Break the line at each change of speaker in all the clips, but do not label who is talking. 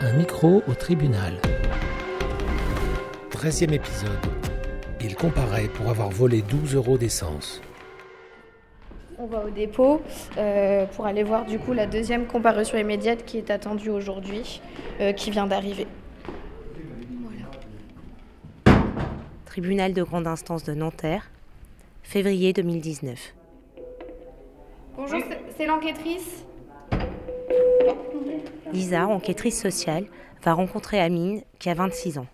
Un micro au tribunal. Treizième épisode. Il comparaît pour avoir volé 12 euros d'essence.
On va au dépôt euh, pour aller voir du coup la deuxième comparution immédiate qui est attendue aujourd'hui, euh, qui vient d'arriver.
Tribunal de grande instance de Nanterre, février 2019.
Bonjour, c'est- c'est l'enquêtrice
Lisa, enquêtrice sociale, va rencontrer Amine, qui a 26 ans.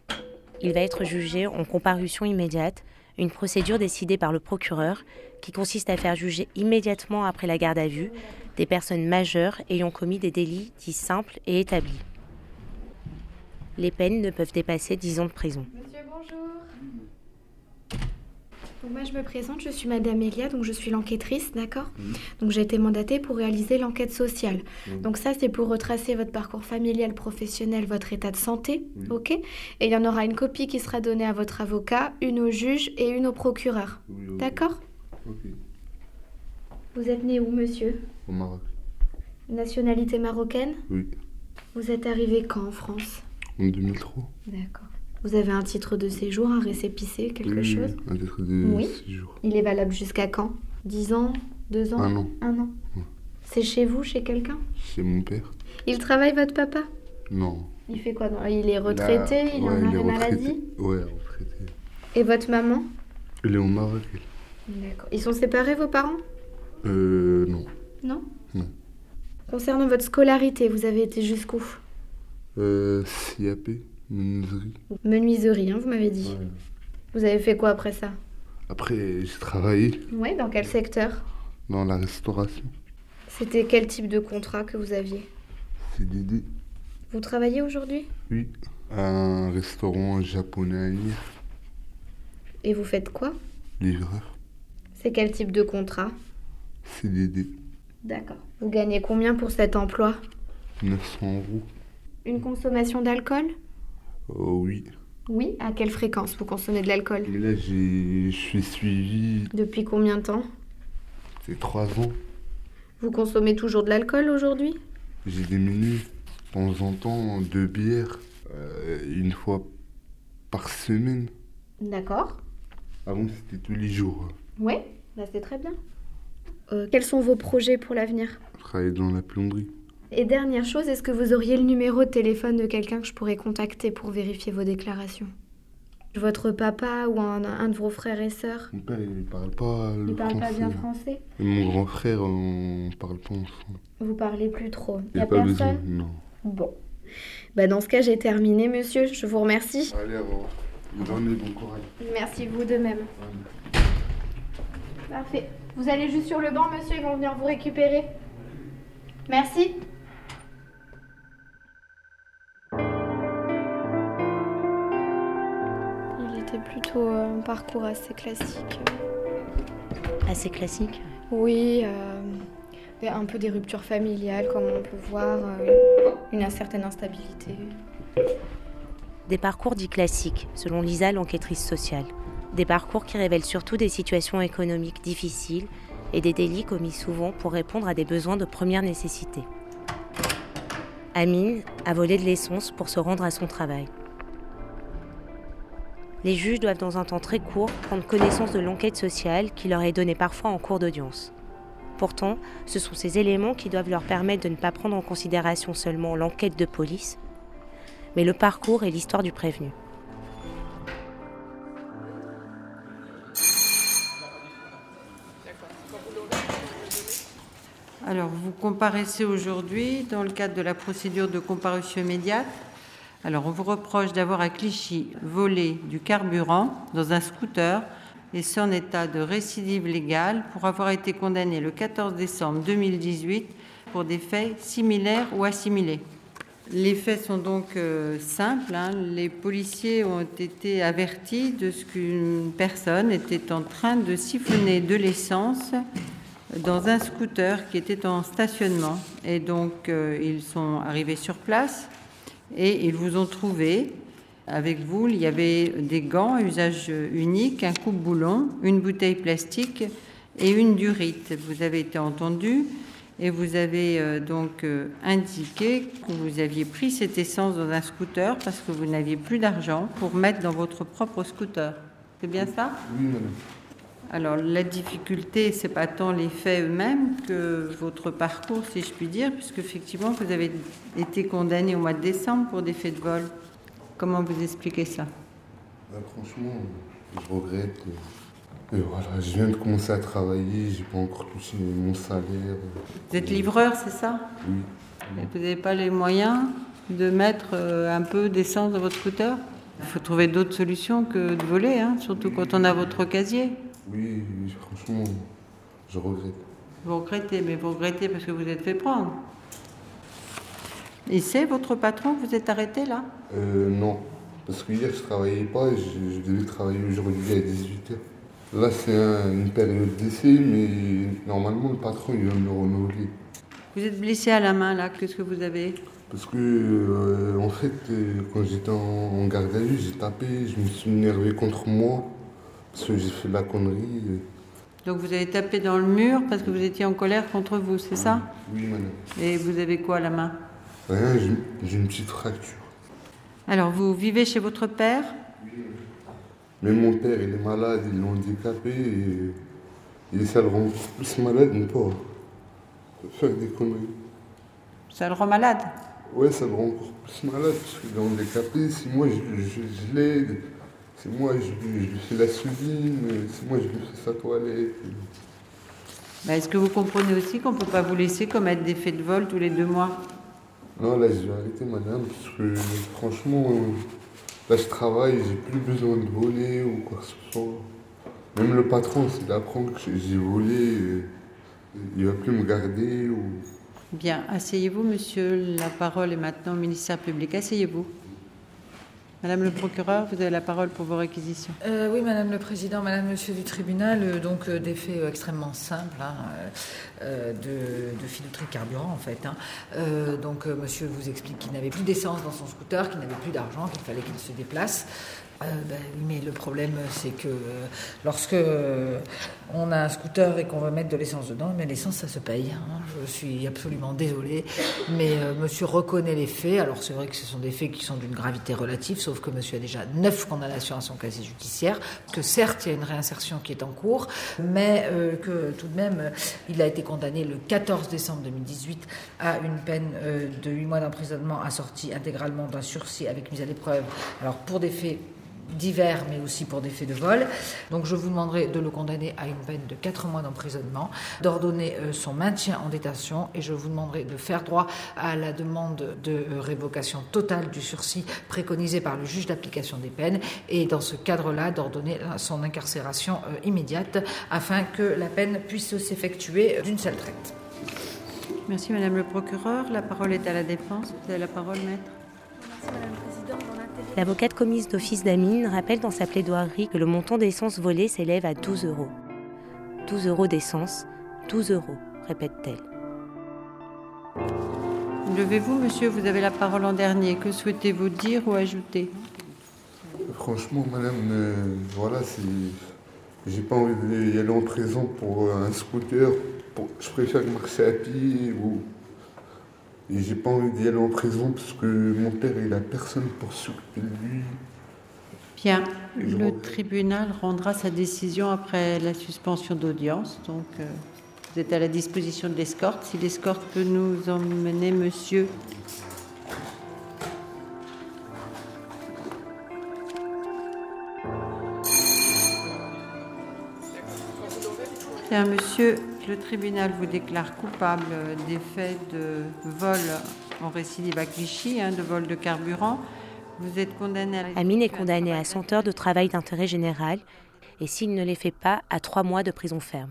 Il va être jugé en comparution immédiate, une procédure décidée par le procureur qui consiste à faire juger immédiatement après la garde à vue des personnes majeures ayant commis des délits dits simples et établis. Les peines ne peuvent dépasser 10 ans de prison.
Monsieur, bonjour. Donc moi, je me présente, je suis Madame Elia, donc je suis l'enquêtrice, d'accord Donc j'ai été mandatée pour réaliser l'enquête sociale. Donc ça, c'est pour retracer votre parcours familial, professionnel, votre état de santé, ok Et il y en aura une copie qui sera donnée à votre avocat, une au juge et une au procureur,
Mhm.
d'accord Vous êtes né où, monsieur
Au Maroc.
Nationalité marocaine
Oui.
Vous êtes arrivé quand en France
En 2003.
D'accord. Vous avez un titre de séjour, un récépissé, quelque
Oui,
chose
oui, Un titre de
Oui.
6 jours.
Il est valable jusqu'à quand 10 ans 2 ans
Un an.
an. C'est chez vous, chez quelqu'un
Chez mon père
Il travaille, votre papa
Non.
Il fait quoi dans- Il est retraité
Là,
Il est en
ouais, est
arrêt
retraité.
maladie
Ouais, retraité.
Et votre maman
Il est au Maroc. elle.
D'accord. Ils sont séparés, vos parents
Euh, non.
Non
Non.
Concernant votre scolarité, vous avez été jusqu'où
Euh, CAP, menuiserie.
Menuiserie, hein, vous m'avez dit.
Ouais.
Vous avez fait quoi après ça
Après, j'ai travaillé
Ouais, dans quel secteur
dans la restauration.
C'était quel type de contrat que vous aviez
CDD.
Vous travaillez aujourd'hui
Oui. Un restaurant japonais,
Et vous faites quoi
livreur.
C'est quel type de contrat
CDD.
D'accord. Vous gagnez combien pour cet emploi
900 euros.
Une consommation d'alcool
Oh oui.
Oui. À quelle fréquence vous consommez de l'alcool
Et là, j'ai- je suis suivi,
Depuis combien de temps
c'est 3 ans.
Vous consommez toujours de l'alcool aujourd'hui
J'ai des menus, de temps en temps, deux bières, euh, une fois par semaine.
D'accord.
Avant, c'était tous les jours. hein,
Oui. Bah, c'est très bien. Euh, quels sont vos projets pour l'avenir
Je travaillais dans la plomberie.
Et dernière chose, est-ce que vous auriez le numéro de téléphone de quelqu'un que je pourrais contacter pour vérifier vos déclarations Votre papa ou un, un de vos frères et sœurs
Mon père, il parle pas le
Il parle
français.
pas bien français
Et mon grand frère, on parle pas ensemble.
Vous parlez plus trop.
Il
Y a
pas
personne
besoin, non.
Bon. Bah dans ce cas, j'ai terminé, monsieur. Je vous remercie.
Allez, avant. Bonne journée, bon courage.
Merci, vous de même. Parfait. Vous allez juste sur le banc, monsieur, ils vont venir vous récupérer. Merci. Il était plutôt euh, un parcours assez classique.
Assez classique
Oui, euh, des- un peu des ruptures familiales, comme on peut voir, euh, une certaine instabilité.
Des parcours dits classiques, selon Lisa, l'enquêtrice sociale. Des parcours qui révèlent surtout des situations économiques difficiles et des délits commis souvent pour répondre à des besoins de première nécessité. Amine a volé de l'essence pour se rendre à son travail. Les juges doivent dans un temps très court prendre connaissance de l'enquête sociale qui leur est donnée parfois en cours d'audience. Pourtant, ce sont ces éléments qui doivent leur permettre de ne pas prendre en considération seulement l'enquête de police, mais le parcours et l'histoire du prévenu.
Alors, vous comparaissez aujourd'hui dans le cadre de la procédure de comparution immédiate. Alors, on vous reproche d'avoir à Clichy volé du carburant dans un scooter et c'est en état de récidive légale pour avoir été condamné le 14 décembre 2018 pour des faits similaires ou assimilés. Les faits sont donc euh, simples. hein. Les policiers ont été avertis de ce qu'une personne était en train de siphonner de l'essence dans un scooter qui était en stationnement. Et donc, euh, ils sont arrivés sur place et ils vous ont trouvé. Avec vous, il y avait des gants à usage unique, un coupe-boulon, une bouteille plastique et une durite. Vous avez été entendu Et vous avez euh, donc euh, indiqué que vous aviez pris cette essence dans un scooter parce que vous n'aviez plus d'argent pour mettre dans votre propre scooter. C'est bien ça
Oui, madame.
Alors la difficulté, c'est pas tant les faits eux-mêmes que votre parcours, si je puis dire, puisque effectivement vous avez été condamné au mois de décembre pour des faits de vol. Comment vous expliquez ça
Bah, franchement, euh, je regrette. euh, Et voilà, je viens de commencer à travailler, j'ai pas encore touché mon salaire.
Vous êtes livreur, c'est ça
Ah.
Oui.
Et vous n'avez pas les moyens de mettre euh, un peu d'essence dans votre scooter Il faut trouver d'autres solutions que de voler, hein, surtout quand on a votre casier.
Oui, oui, franchement, je regrette.
Vous regrettez, mais vous regrettez parce que vous êtes fait prendre. Il sait, votre patron, que vous êtes arrêté là
Euh, non. Parce que hier, je travaillais pas, je, je devais travailler aujourd'hui à 18h. Là, c'est un- une période d'essai, mais normalement, le patron, il va me le renouveler.
Vous êtes blessé à la main là, qu'est-ce que vous avez
Parce que, euh, en fait, euh, quand j'étais en, en garde à vue, j'ai tapé, je me suis énervé contre moi, parce que j'ai fait de la connerie. euh.
Donc vous avez tapé dans le mur parce que vous étiez en colère contre vous, c'est ça
Oui, madame.
Et vous avez quoi à la main
Rien, j'ai- j'ai une petite fracture.
Alors vous vivez chez votre père
Mais mon père, il est malade, il est handicapé, et, et ça le rend plus malade, mais pas faire des conneries.
Ça le rend malade
Ouais, ça me rend encore plus malade parce qu'il est handicapé. Si moi je, je, je l'aide, c'est moi je, lui- je lui fais la soudine, c'est moi je lui fais sa toilette.
Bah, Est-ce que vous comprenez aussi qu'on ne peut pas vous laisser commettre des faits de vol tous les deux mois
Non, là je vais arrêter madame parce que franchement, euh, là je travaille, j'ai plus besoin de voler ou quoi que ce soit. Même le patron, s'il apprend que j'ai volé, euh, il va plus me garder ou.
Bien, asseyez-vous, monsieur. La parole est maintenant au ministère public. Asseyez-vous. Madame le procureur, vous avez la parole pour vos réquisitions.
Euh, oui, Madame le Président, Madame, Monsieur du Tribunal, euh, donc euh, des faits euh, extrêmement simples hein, euh, euh, de, de filouterie de carburant en fait. hein. Euh, donc euh, Monsieur vous explique qu'il n'avait plus d'essence dans son scooter, qu'il n'avait plus d'argent, qu'il fallait qu'il se déplace. Euh, ben oui, mais le problème c'est que euh, lorsque euh, on a un scooter et qu'on va mettre de l'essence dedans, mais l'essence ça se paye. hein. Je suis absolument désolée, mais euh, Monsieur reconnaît les faits. Alors c'est vrai que ce sont des faits qui sont d'une gravité relative, sauf que Monsieur a déjà neuf condamnations à son casier judiciaire, que certes il y a une réinsertion qui est en cours, mais euh, que tout de même euh, il a été condamné le 14 décembre 2018 à une peine euh, de 8 mois d'emprisonnement assortie intégralement d'un sursis avec mise à l'épreuve. Alors pour des faits divers, mais aussi pour des faits de vol. Donc je vous demanderai de le condamner à une peine de 4 mois d'emprisonnement, d'ordonner euh, son maintien en détention et je vous demanderai de faire droit à la demande de euh, révocation totale du sursis préconisée par le juge d'application des peines et dans ce cadre-là d'ordonner euh, son incarcération euh, immédiate afin que la peine puisse s'effectuer euh, d'une seule traite.
Merci, Madame le procureur. La parole est à la défense. Vous avez la parole, maître.
L'avocate commise d'office d'Amine rappelle dans sa plaidoirie que le montant d'essence volée s'élève à 12 euros. 12 euros d'essence, 12 euros, répète-t-elle.
Levez-vous, monsieur. Vous avez la parole en dernier. Que souhaitez-vous dire ou ajouter
Franchement, madame, euh, voilà, c'est. J'ai pas envie d'y aller en prison pour euh, un scooter. pour- Je préfère marcher à pied ou. Et j'ai pas envie d'y aller en prison parce que mon père, il a personne pour s'occuper de lui.
Bien.
Je
Le
vous-
tribunal rendra sa décision après la suspension d'audience. Donc, euh, vous êtes à la disposition de l'escorte. Si l'escorte peut nous emmener, monsieur. Bien, monsieur, le tribunal vous déclare coupable des faits de vol en récidive à Clichy, hein, de vol de carburant. Vous êtes condamné à... la-
Amine est condamné à 100 heures de travail d'intérêt général et s'il ne les fait pas, à 3 mois de prison ferme.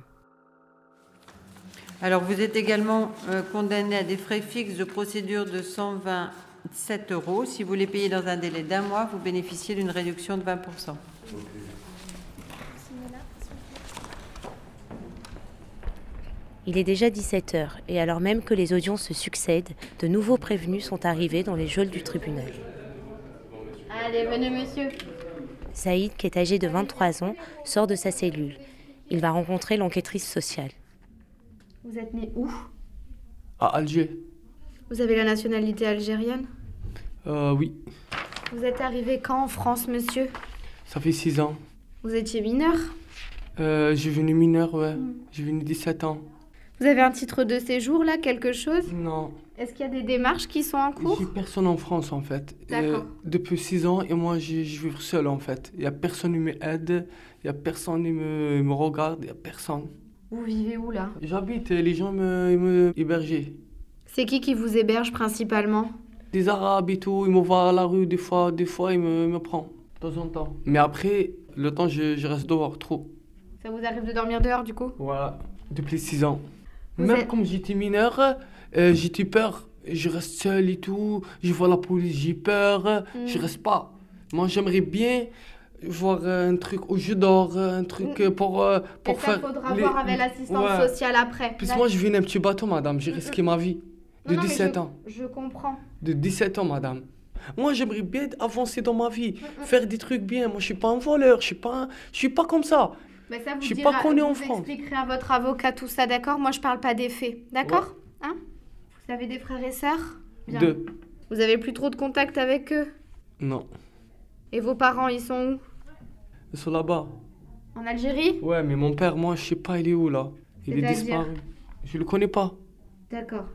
Alors, vous êtes également euh, condamné à des frais fixes de procédure de 127 euros. Si vous les payez dans un délai d'un mois, vous bénéficiez d'une réduction de 20
Il est déjà 17 heures et alors même que les audiences se succèdent, de nouveaux prévenus sont arrivés dans les geôles du tribunal.
Allez, venez, monsieur.
Saïd, qui est âgé de 23 ans, sort de sa cellule. Il va rencontrer l'enquêtrice sociale.
Vous êtes né où
À Alger
Vous avez la nationalité algérienne
Euh, oui.
Vous êtes arrivé quand en France, monsieur
Ça fait 6 ans.
Vous étiez mineur
Euh, j'ai venu mineur, ouais. J'ai venu 17 ans.
Vous avez un titre de séjour, là, quelque chose
Non.
Est-ce qu'il y a des démarches qui sont en cours
J'ai personne en France, en fait. Euh,
D'accord.
depuis 6 ans, et moi, je je vis seul, en fait. Il n'y a personne qui m'aide, il n'y a personne qui me, me regarde, il n'y a personne.
Vous vivez où, là
J'habite, et les gens me, ils me hébergent.
C'est qui qui vous héberge principalement
Des Arabes et tout, ils me voient à la rue des fois, des fois, ils me, ils me prennent, de temps en temps. Mais après, le temps, je, je reste dehors, trop.
Ça vous arrive de dormir dehors, du coup
Voilà, depuis 6 ans.
Vous
Même
êtes-
comme j'étais mineur, euh, j'étais peur. Je reste seul et tout. Je vois la police, j'ai peur.
Hmm.
Je reste pas. Moi, j'aimerais bien voir euh, un truc où je dors, euh, un truc
Mm.
euh, pour, euh, pour
Et ça,
faire.
faudra
les-
voir avec l'assistance
Ouais.
sociale après.
Puis moi, je vis dans un petit bateau, madame. J'ai
Mm,
risqué ma vie.
Non,
De
non, mais
17
je-
ans.
Je comprends.
De 17 ans, madame. Moi, j'aimerais bien avancer dans ma vie,
Hmm,
faire des trucs bien. Moi, je suis pas un voleur, je suis pas, un- je suis pas comme ça.
Mais ça, vous
Je sais
dira-
pas qu'on est en
vous
France.
expliquerez à votre avocat tout ça, d'accord Moi, je parle pas des faits, d'accord Hein Vous avez des frères et sœurs Bien.
Deux.
Vous avez plus trop de contact avec eux
Non.
Et vos parents, ils sont
Ils sont là-bas.
où En Algérie
Ouais, mais mon père, moi, je sais pas, il est où là Il est
C'est-à-dire
disparu. Je le connais pas.
D'accord.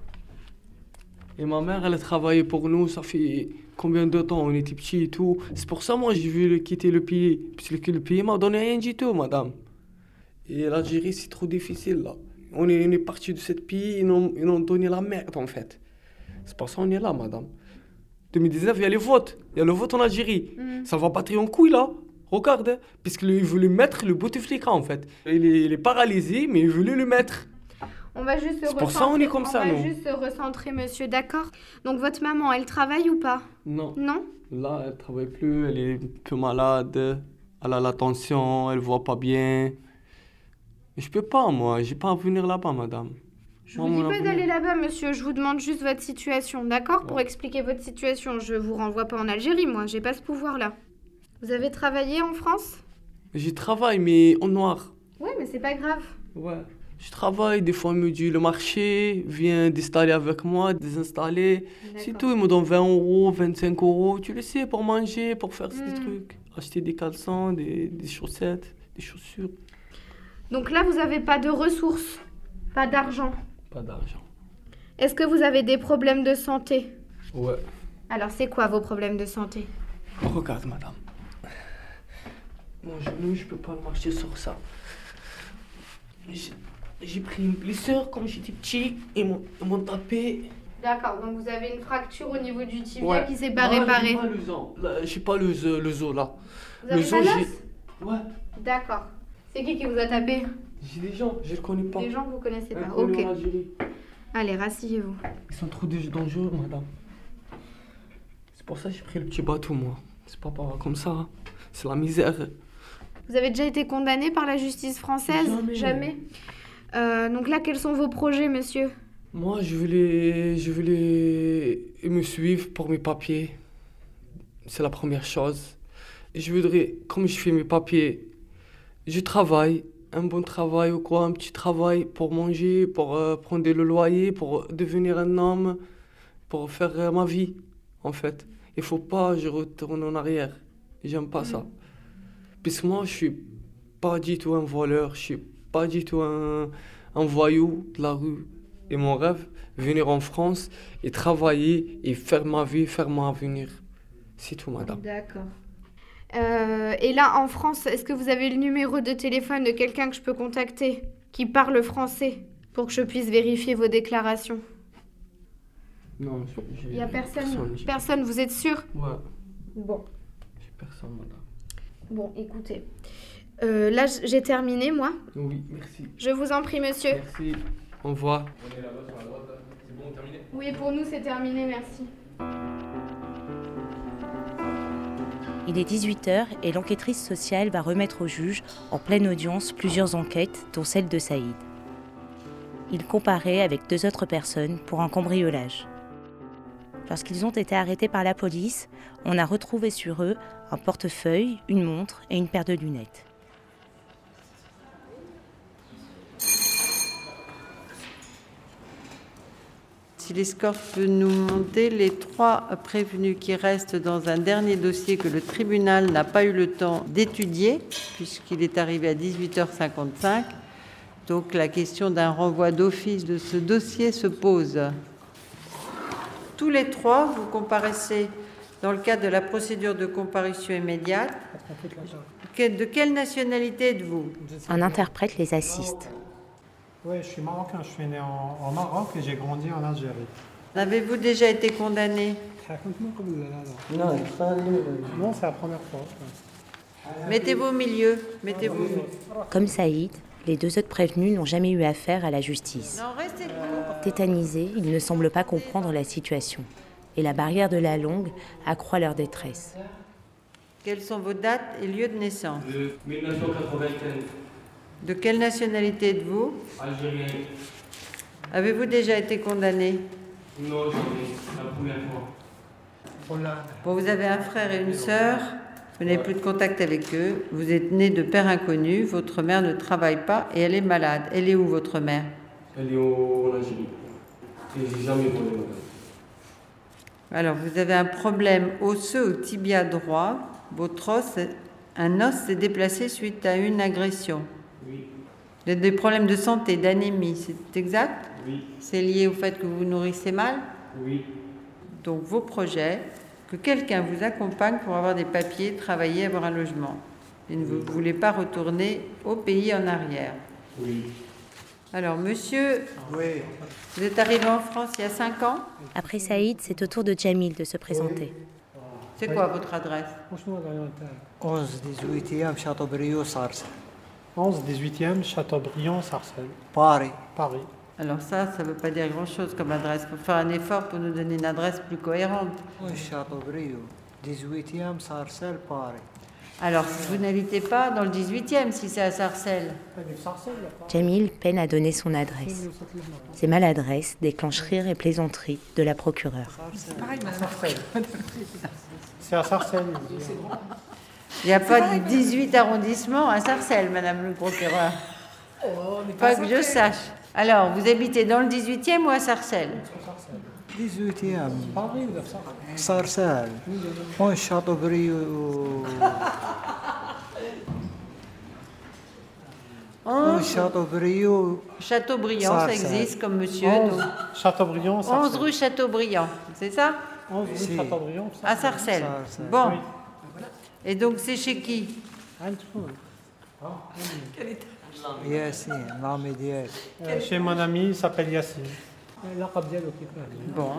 Et ma mère, elle a travaillé pour nous, ça fait combien de temps On était petits et tout. C'est pour ça, moi, j'ai voulu quitter le pays. Parce que le pays m'a donné rien du tout, madame. Et l'Algérie, c'est trop difficile là. On est, on est parti de ce pays, ils nous ils nous ont donné la merde en fait. C'est pour ça qu'on est là, madame. 2019, il y a les votes. Il y a le vote en Algérie.
Mm.
Ça va pas très en couille là. Regarde, hein. parce qu'ils voulaient mettre le Bouteflika en fait. Il est, il est paralysé, mais ils voulaient le mettre.
On va juste se
C'est pour ça, on est comme ça,
On va
nous.
juste se recentrer, monsieur, d'accord Donc, votre maman, elle travaille ou pas
Non.
Non
Là, elle travaille plus, elle est un peu malade, elle a la tension, elle voit pas bien. Je peux pas, moi, j'ai pas à venir là-bas, madame.
Je
Moi,
vous dis
mon
pas
avenir-
d'aller là-bas, monsieur. Je vous demande juste votre situation, d'accord Pour expliquer votre situation. Je vous renvoie pas en Algérie, moi. J'ai pas ce pouvoir-là. Vous avez travaillé en France
J'y travaille, mais en noir.
Ouais, mais c'est pas grave.
Ouais. Je travaille, des fois, il me dit le marché, viens d'installer avec moi, désinstaller. C'est tout, ils me donnent 20 euros, 25 euros, tu le sais, pour manger, pour faire ces
Mm.
trucs. Acheter des caleçons, des, des chaussettes, des chaussures.
Donc là, vous avez pas de ressources, pas d'argent.
Pas d'argent.
Est-ce que vous avez des problèmes de santé
Ouais.
Alors, c'est quoi vos problèmes de santé
Regarde, madame. Mon genou, je peux pas marcher sur ça. J'ai- J'ai pris une blessure quand j'étais petit. Ils m'ont ils m'ont tapé.
D'accord, donc vous avez une fracture au niveau du tibia
Ouais.
qui s'est pas
Là,
réparée.
J'ai pas le zoo. Là, j'ai pas le zoo, le zoo, là.
Vous
le
avez
zoo,
pas
j'ai-
l'os
Ouais.
D'accord. C'est qui qui vous a tapé
J'ai des gens, je les connais pas. Hein,
Des gens que vous connaissez pas.
Inconnus
Ok.
en Algérie.
Allez, rasseyez-vous.
Ils sont trop dé- dangereux, madame. C'est pour ça que j'ai pris le petit bateau, moi. C'est pas par- comme ça. hein. C'est la misère.
Vous avez déjà été condamné par la justice française
Jamais.
Euh, donc là, quels sont vos projets, monsieur
Moi, je voulais, je voulais me suivre pour mes papiers. C'est la première chose. Et Je voudrais, comme je fais mes papiers, je travaille, un bon travail ou quoi, un petit travail pour manger, pour euh, prendre le loyer, pour devenir un homme, pour faire euh, ma vie, en fait. Il faut pas que je retourne en arrière. J'aime pas ça. Puisque moi, je suis pas du tout un voleur, je suis pas du tout un, un voyou de la rue. Et mon rêve, venir en France et travailler et faire ma vie, faire mon avenir. C'est tout, madame.
D'accord. Euh, et là, en France, est-ce que vous avez le numéro de téléphone de quelqu'un que je peux contacter qui parle français pour que je puisse vérifier vos déclarations
Non,
Il n'y a personne. Personne, vous êtes sûr
Ouais,
Bon.
j'ai personne, madame.
Bon, écoutez. Euh, là, j- j'ai terminé, moi.
Oui, merci.
Je vous en prie, monsieur.
Merci. Au revoir.
Oui, pour nous, c'est terminé, merci.
Il est 18h et l'enquêtrice sociale va remettre au juge, en pleine audience, plusieurs enquêtes, dont celle de Saïd. Il comparait avec deux autres personnes pour un cambriolage. Lorsqu'ils ont été arrêtés par la police, on a retrouvé sur eux un portefeuille, une montre et une paire de lunettes.
si l'escorte peut nous monter les trois prévenus qui restent dans un dernier dossier que le tribunal n'a pas eu le temps d'étudier, puisqu'il est arrivé à 18h55. Donc la question d'un renvoi d'office de ce dossier se pose. Tous les trois, vous comparaissez dans le cadre de la procédure de comparution immédiate. Que- De quelle nationalité êtes-vous
Un interprète les assiste.
Oui, je suis marocain, je suis né en, en Maroc et j'ai grandi en Algérie.
Avez-vous déjà été condamné
Raconte-moi comment vous allez là. Non, c'est la première fois.
Mettez-vous au milieu. Mettez-vous.
Comme Saïd, les deux autres prévenus n'ont jamais eu affaire à la justice.
Non, restez vous.
Tétanisés, ils ne semblent pas comprendre la situation. Et la barrière de la longue accroît leur détresse.
Quelles sont vos dates et lieux de naissance
de 1995,
De quelle nationalité êtes-vous
algérien,
Avez-vous déjà été condamné
non, c'est la première fois.
Bon, vous avez un frère et une sœur. Vous n'avez plus de contact avec eux. Vous êtes né de père inconnu. Votre mère ne travaille pas et elle est malade. Elle est où votre mère
Elle est au- en Algérie. Et j'ai jamais volé, madame.
Alors, vous avez un problème osseux au tibia droit. Votre os, un os s'est déplacé suite à une agression.
Oui,
Vous avez des problèmes de santé, d'anémie, c'est exact
oui,
C'est lié au fait que vous vous nourrissez mal
oui.
Donc vos projets, que quelqu'un vous accompagne pour avoir des papiers, travailler, avoir un logement. Et ne vous voulez pas retourner au pays en arrière.
Oui,
Alors monsieur,
Oui.
vous êtes arrivé en France il y a 5 ans
Après Saïd, c'est au tour de Jamil de se présenter.
C'est quoi votre adresse
11 18 ايام شاطئ صارت
11 18e, Châteaubriand, Sarcelles,
باري
Paris.
Alors ça, ça ne veut pas dire grand-chose comme adresse. Pour faire un effort pour nous donner une adresse plus cohérente.
وين شاطئ بريو 18 ايام صارسال باري
Alors vous n'habitez pas dans le 18e si c'est à Sarcelles.
Jamil peine à donner son adresse. Ses maladresses déclenchent rire et plaisanterie de la procureure.
Pareil, Madame Fred.
C'est à Sarcelles.
Il n'y a pas de 18 arrondissements à Sarcelles, Madame le procureur. Pas que je sache. Alors, vous habitez dans le 18e ou à Sarcelles
18 ايام صارسال وين شاطئ بريو
11
وين شاطئ بريو
Châteaubriand, ça
Sarcelles.
existe comme monsieur. donc.
11 Châteaubriand,
11
Sarcelles.
rue Châteaubriand, c'est ça
11 rue
Si.
Châteaubriand,
À Sarcelles.
Sarcelles.
Bon. Et donc, c'est chez qui
Sarcelles.
ياسين لامي ديال
Euh, Chez mon ami, il s'appelle Yassine.
Bon.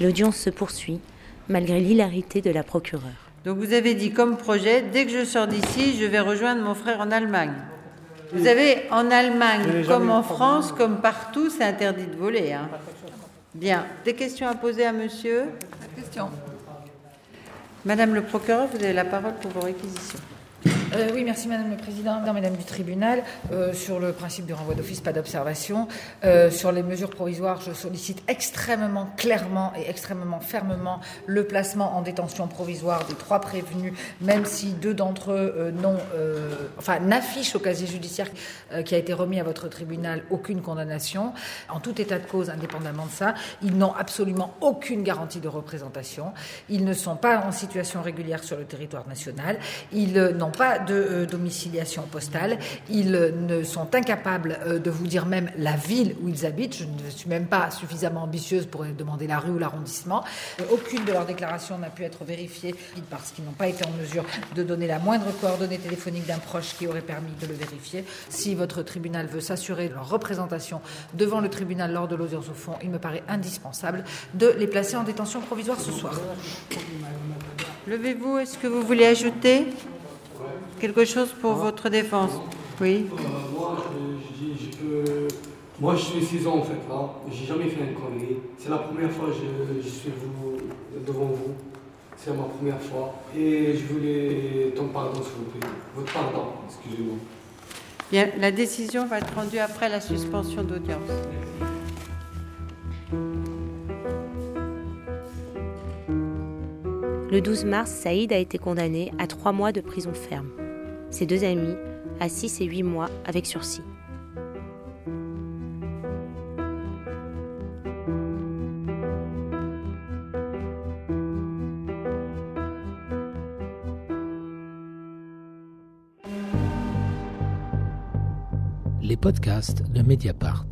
L'audience se poursuit malgré l'hilarité de la procureure.
Donc, vous avez dit comme projet, dès que je sors d'ici, je vais rejoindre mon frère en Allemagne. Vous avez en
Je n'ai
Allemagne,
jamais
comme
eu
en
de problème.
France, comme partout, c'est interdit de voler. hein. Bien. Des questions à poser à monsieur
Question.
Madame le procureur, vous avez la parole pour vos réquisitions.
Euh, oui, merci Madame le Président, Madame, Madame du Tribunal. Euh, sur le principe du renvoi d'office, pas d'observation. Euh, sur les mesures provisoires, je sollicite extrêmement clairement et extrêmement fermement le placement en détention provisoire des trois prévenus, même si deux d'entre eux euh, n'ont, euh, enfin, n'affichent au casier judiciaire euh, qui a été remis à votre tribunal aucune condamnation. En tout état de cause, indépendamment de ça, ils n'ont absolument aucune garantie de représentation. Ils ne sont pas en situation régulière sur le territoire national. Ils euh, n'ont pas de euh, domiciliation postale. Ils euh, ne sont incapables euh, de vous dire même la ville où ils habitent. Je ne suis même pas suffisamment ambitieuse pour demander la rue ou l'arrondissement. Euh, Aucune de leurs déclarations n'a pu être vérifiée parce qu'ils n'ont pas été en mesure de donner la moindre coordonnée téléphonique d'un proche qui aurait permis de le vérifier. Si votre tribunal veut s'assurer de leur représentation devant le tribunal lors de l'audience au fond, il me paraît indispensable de les placer en détention provisoire ce soir.
Levez-vous, est-ce que vous voulez ajouter quelque chose pour
Ah.
votre défense Oui.
Euh, moi, je, je dis, je peux. Moi, je suis 6 ans en fait là. J'ai jamais fait une connerie. C'est la première fois que je, je suis vous, devant vous. C'est ma première fois. Et je voulais ton pardon, s'il vous plaît. Votre pardon, excusez-moi.
Bien, la décision va être rendue après la suspension d'audience.
Le 12 mars, Saïd a été condamné à trois mois de prison ferme. Ses deux amis à 6 et 8 mois avec sursis.
les podcasts de Mediapart.